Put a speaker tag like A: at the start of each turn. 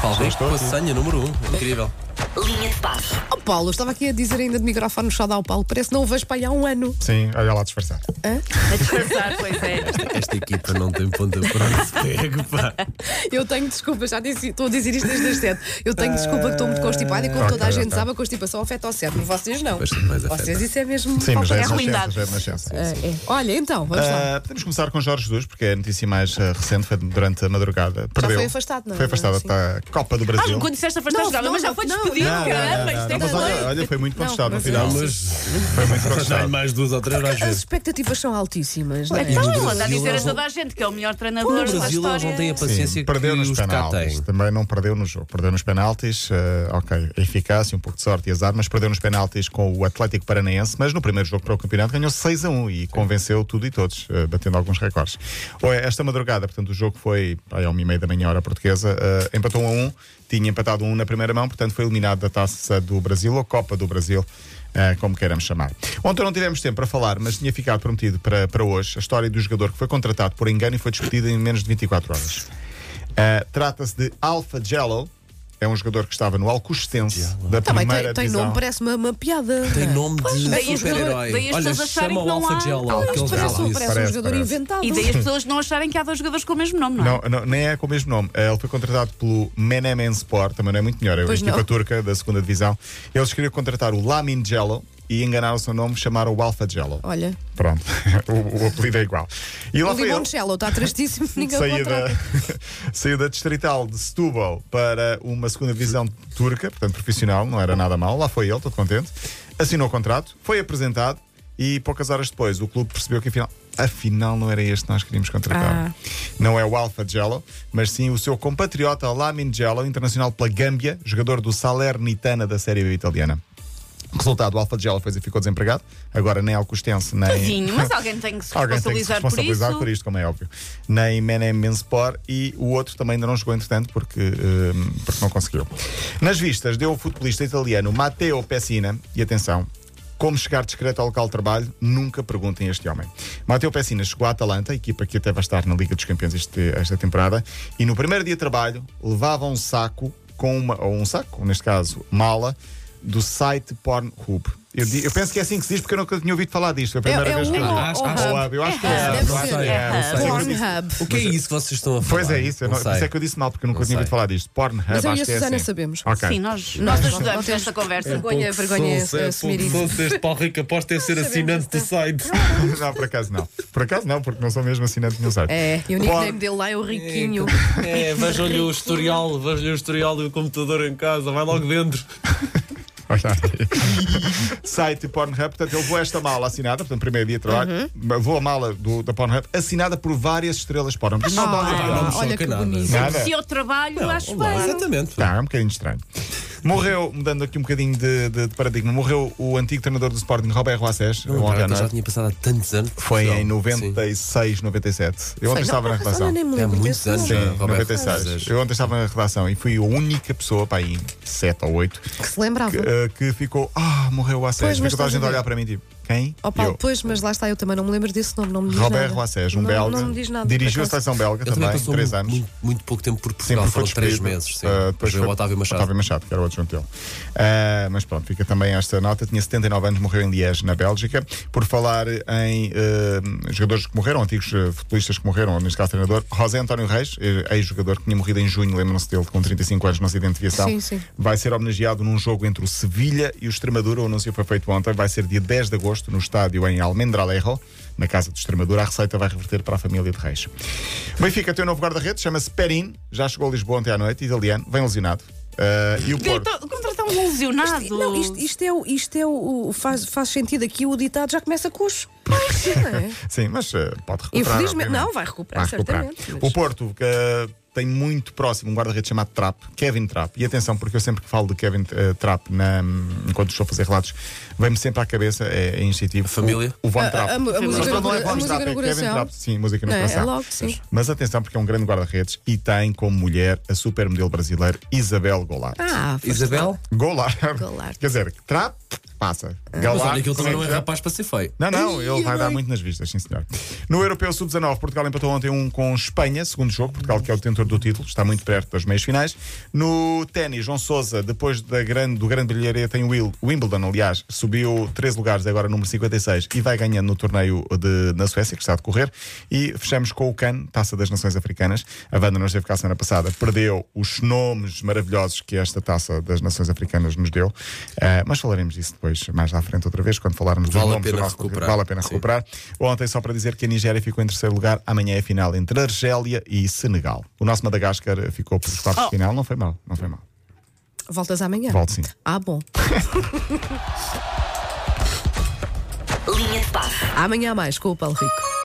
A: Paulo Rico, Passanha número 1. Um. Incrível.
B: Linha de passe.
C: Oh, Paulo, eu estava aqui a dizer ainda de microfone no ao Paulo. Parece que não o vejo para aí há um ano.
D: Sim, olha lá disfarçar.
C: É
B: A disfarçar, pois é.
A: Esta equipa não tem ponta para onde se pega, pá.
C: Eu tenho desculpa, já disse, estou a dizer isto desde as 7. Eu tenho desculpa que estou muito constipada e como toda a
D: Ah, ok,
C: gente
D: ok.
C: sabe, a constipação afeta o cérebro. Vocês não.
A: Pois, mas afeta.
C: Vocês isso é mesmo.
D: Sim, mas já é de
C: falta de ar.
D: nascença. Já é de nascença.
C: É, é. Olha, então, vamos lá.
D: Ah, podemos começar com Jorge Jesus, porque é a notícia mais ah, recente, foi durante a madrugada. Perdeu.
C: foi afastado, não é?
D: Foi afastada
C: Sim.
D: para a Copa do
B: Ah,
D: Brasil.
B: quando disseste
C: Não,
B: afastar, jogava,
C: não,
B: mas já
C: não,
B: foi
C: não.
B: despedido,
D: Não, não, não,
B: caramba.
D: não,
B: Isto
D: não,
B: é
D: mas
B: que
D: olha,
B: dói.
D: olha, foi muito
C: Não,
D: contestado no
C: mas
D: final.
C: é
A: Mas
D: Foi muito
A: já
D: contestado.
A: mais duas ou três às
C: As
A: vezes.
C: expectativas são altíssimas, não é?
B: Então,
A: E os
B: ela está a dizer a
A: brasileiros-
B: toda a gente que é o melhor
A: O
B: treinador da
A: Brasil eles não tem a
B: história.
A: paciência
D: Sim,
A: que
D: perdeu nos
A: os cá
D: penaltis.
A: têm.
D: Também não perdeu no jogo. Perdeu nos penaltis, eh, ok, eficácia, um pouco de sorte e azar, mas perdeu nos penaltis com o Atlético Paranaense. Mas no primeiro jogo para o campeonato ganhou 6 a 1 e convenceu tudo e todos, eh, batendo alguns recordes. Ou é, esta madrugada, portanto, o jogo foi pá, à 1 e meia da manhã, hora portuguesa, eh, empatou 1 a 1, tinha empatado 1 na primeira mão, portanto, foi eliminado da taça do Brasil ou Copa do Brasil. eh, como queiramos chamar. Ontem não tivemos tempo para falar, mas tinha ficado prometido para, para hoje a história do jogador que foi contratado por engano e foi despedido em menos de 24 horas. Uh, Trata-se de Alfa Jello. É um jogador que estava no Alcostense da
C: Também
D: primeira
C: Tá Então, tem, tem
D: divisão.
C: nome, parece uma, uma piada.
A: Tem
C: não é?
A: nome
B: Hum. daí
A: de
B: as pessoas- daí
A: super-herói.
B: as
A: Olha,
B: pessoas acharem
A: chama o
B: que não
A: Alpha
B: há-
A: Gel
C: Ah,
A: lá, que
C: mas
A: eles
C: parece,
D: dizem.
A: dão
C: um-
A: isso.
C: parece um
D: Parece,
C: jogador
D: parece.
C: inventado.
B: E daí as pessoas não acharem que há dois jogadores com o mesmo nome, não é?
D: Não, não, nem é com o mesmo nome. Eh, Ele foi contratado pelo Menemen Sport, também não é muito melhor. É uma
C: Pois
D: equipa
C: não.
D: turca da segunda divisão. Eles queriam contratar o Lamin Jello e enganaram o seu nome, chamaram o Alfa Jello.
C: Olha,
D: Pronto, o, o apelido é igual. E lá
C: o
D: foi ele.
C: Limoncello está tristíssimo, ninguém
D: saiu
C: contrata.
D: da, saiu da distrital de Setúbal para uma segunda divisão turca, portanto profissional, não era nada mal. Lá foi ele, todo contente. Assinou o contrato, foi apresentado e poucas horas depois o clube percebeu que afinal, afinal não era este que nós queríamos contratar.
B: Ah.
D: Não é o Alfa Jello, mas sim o seu compatriota Lamin Jello, internacional pela Gâmbia, jogador do Salernitana da Série B italiana. Resultado, o Alfa Jello fez e ficou desempregado, agora nem Alcostense, nem.
B: Tadinho, mas alguém tem que se
D: Alguém tem que se
B: responsabilizar,
D: responsabilizar
B: por
D: por
B: isso.
D: isto, como é óbvio. Nem Menem Menspor e o outro também ainda não jogou, entretanto, porque, hum, porque não conseguiu. Nas vistas, deu o futebolista italiano Matteo Pessina, e atenção, como chegar discreto ao local de trabalho, nunca perguntem a este homem. Matteo Pessina chegou à Atalanta, equipa que até vai estar na Liga dos Campeões este- esta temporada, e no primeiro dia de trabalho levava um saco com uma, ou um saco, neste caso, mala, do site Pornhub. Eu, di- eu penso que é assim que se diz, porque eu nunca tinha ouvido falar disto. Foi a
C: É,
D: primeira
C: é
D: vez que
C: um
D: ouvi.
A: acho- acho-
C: ou-
D: Ou
C: ou-
D: hub, eu acho que
C: É,
D: é
C: deve
D: hub, eu acho
C: ser.
D: que
B: É hub.
D: é hub. Eu acho que é
C: Pornhub.
A: O que é isso que vocês estão a falar?
D: Pois é isso, eu
A: Não
D: não, por isso
A: sei.
D: é que eu disse mal, porque eu nunca
A: Não
D: tinha ouvido
A: sei.
D: falar disto. Pornhub,
C: Mas eu e
D: acho
C: a
D: que é
C: Susana
D: assim.
C: sabemos.
D: Ok.
B: Sim, nós, nós ajudamos nesta conversa.
C: Vergonha, vergonha
A: Pouco
C: é
A: sonso,
C: assumir
A: pouco
C: isso.
A: sonso Este Paulo Rico após ter ser
C: sabemos
A: assinante do site.
D: não, por acaso não. Por acaso não, porque não sou mesmo assinante de nenhum site.
C: É, e o
D: Porn-
C: nickname dele lá é o Riquinho.
A: É, vejam-lhe o historial, vejam-lhe o historial do computador em casa, vai logo dentro.
D: Olha aí. site Pornhub, portanto, ele levou esta mala assinada, portanto, primeiro dia de trabalho, levou a mala do, da Pornhub assinada por várias estrelas Pornhub. Não dá
C: Ah,
D: nada.
A: não me
C: olha
A: choca
C: que
A: nada.
C: bonito.
D: Nada.
B: Se eu trabalho, acho
A: Olá,
B: bem.
A: Exatamente.
D: Tá, é um bocadinho estranho. Morreu, mudando aqui um bocadinho de, de- de paradigma, morreu o antigo treinador do Sporting, Roberto Roacés,
A: Não,
D: ontem à
A: cara, que eu já
D: noite.
A: tinha passado há tantos anos.
D: Foi
A: Não,
D: em
A: sim.
D: 96, 97. Eu ontem
C: Sei,
D: estava
C: não,
D: na
C: por razão,
D: redação.
C: eu nem me
A: É
C: lembro
A: muitos
C: desse
A: anos
C: nome.
A: já,
D: Sim,
A: Roberto
D: 96.
A: Fernandes.
D: Eu ontem estava na redação e fui a única pessoa, para aí 7 ou 8,
C: Que se lembrava.
D: que, eh, que ficou, ah, morreu o Acés.
C: Pois, mas
D: Ficou toda a
C: estás
D: gente
C: a
D: a
C: ver.
D: olhar para mim tipo, quem?
C: Oh, Paulo,
D: eu.
C: pois, mas lá está, eu também não me lembro desse nome, não me diz
D: Roberto
C: nada.
D: Roacés, um
C: não,
D: belga.
C: Não me diz nada.
D: dirigiu a
C: por acaso.
D: seleção belga
A: Ele
D: também,
A: passou
D: 3
A: mu-
D: anos.
A: Muito, muito pouco tempo por
D: Sim,
A: Portugal,
D: porque foi
A: foram três
D: despedido.
A: meses. Sim.
D: Ah,
A: depois veio o Otávio Machado.
D: Otávio Machado, que era o adjunto dele. Ah, mas pronto, fica também esta nota. Tinha 79 anos, morreu em Liège, na Bélgica. Por falar em ah, jogadores que morreram, antigos ah, futebolistas que morreram, ou neste caso treinador, José António Reis, eh, ex-jogador que tinha morrido em junho, lembram-se dele, com 35 anos, não sei identificação.
C: Sim, sim.
D: Vai ser homenageado num jogo entre o Sevilha e o Extremadura. O anúncio foi feito ontem. Vai ser dia 10 de agosto, no estádio em Almendralejo, na casa do Extremadura. A receita vai reverter para a família de Reis. Benfica tem um novo guarda-redes, chama-se Perin. Já chegou a Lisboa ontem à noite, italiano, vem lesionado. Ah, e o Porto.
B: Então, Contratar um lesionado.
C: Não, isto, isto é o. Isto é o o- faz, faz sentido aqui, o ditado já começa com os. pais, não é?
D: Sim, mas ah, pode recuperar.
C: Infelizmente,
D: obviamente.
C: não, vai recuperar,
D: Vai recuperar.
C: É certamente. mas-
D: O Porto que eh, tem muito próximo um guarda-redes chamado Trap, Kevin Trap. E atenção, porque eu sempre que falo de Kevin eh, Trap na- enquanto estou a fazer relatos, vem-me sempre à cabeça, é, é instintivo. A
A: família?
D: O, o Von
C: A- a-
D: Trap.
C: a- a música
D: Mas
C: no
D: não é
C: cora- a
D: Von
C: música
D: Trapp,
C: no
D: é Kevin
C: coração.
D: Trapp. Sim, música no
C: Não é? É
D: coração.
C: logo, sim.
D: Mas atenção, porque é um grande guarda-redes e tem como mulher a supermodelo brasileira Isabel Goulart.
C: Ah, foi-
A: Isabel?
D: Goulart.
C: Goulart.
D: Quer dizer, Trap passa.
A: Mas
D: Galá-
A: olha que ele também
D: como
A: não
D: é
A: é
D: que-
A: rapaz para ser feio.
D: Não, não, ele vai dar muito nas vistas, sim senhor. No Europeu Sub-19, Portugal empatou ontem um com Espanha, segundo jogo. Portugal, que é o detentor do título, está muito perto das meias finais. No ténis, João Souza, depois da grande, do grande brilhareta em Wil- Wimbledon, aliás, subiu 13 lugares, agora número 56, e vai ganhando no torneio de, na Suécia, que está a decorrer. E fechamos com o CAN, Taça das Nações Africanas. A Wanda não esteve cá a semana passada, perdeu os nomes maravilhosos que esta Taça das Nações Africanas nos deu. Eh, mas falaremos disso depois, mais à frente, outra vez, quando falarmos
A: Vale a
D: nomes do
A: pena
D: nosso-
A: recuperar.
D: Vale a pena
A: Sim.
D: recuperar. Ontem, só para dizer que a Nigéria ficou em terceiro lugar, amanhã é a final entre Argélia e Senegal. O nosso Madagascar ficou pelos quartos de final, não foi mal, não foi mal.
C: Voltas amanhã?
D: Volto sim.
C: Ah, bom.
E: Linha de passe.
C: Amanhã há mais com o Paulo Rico.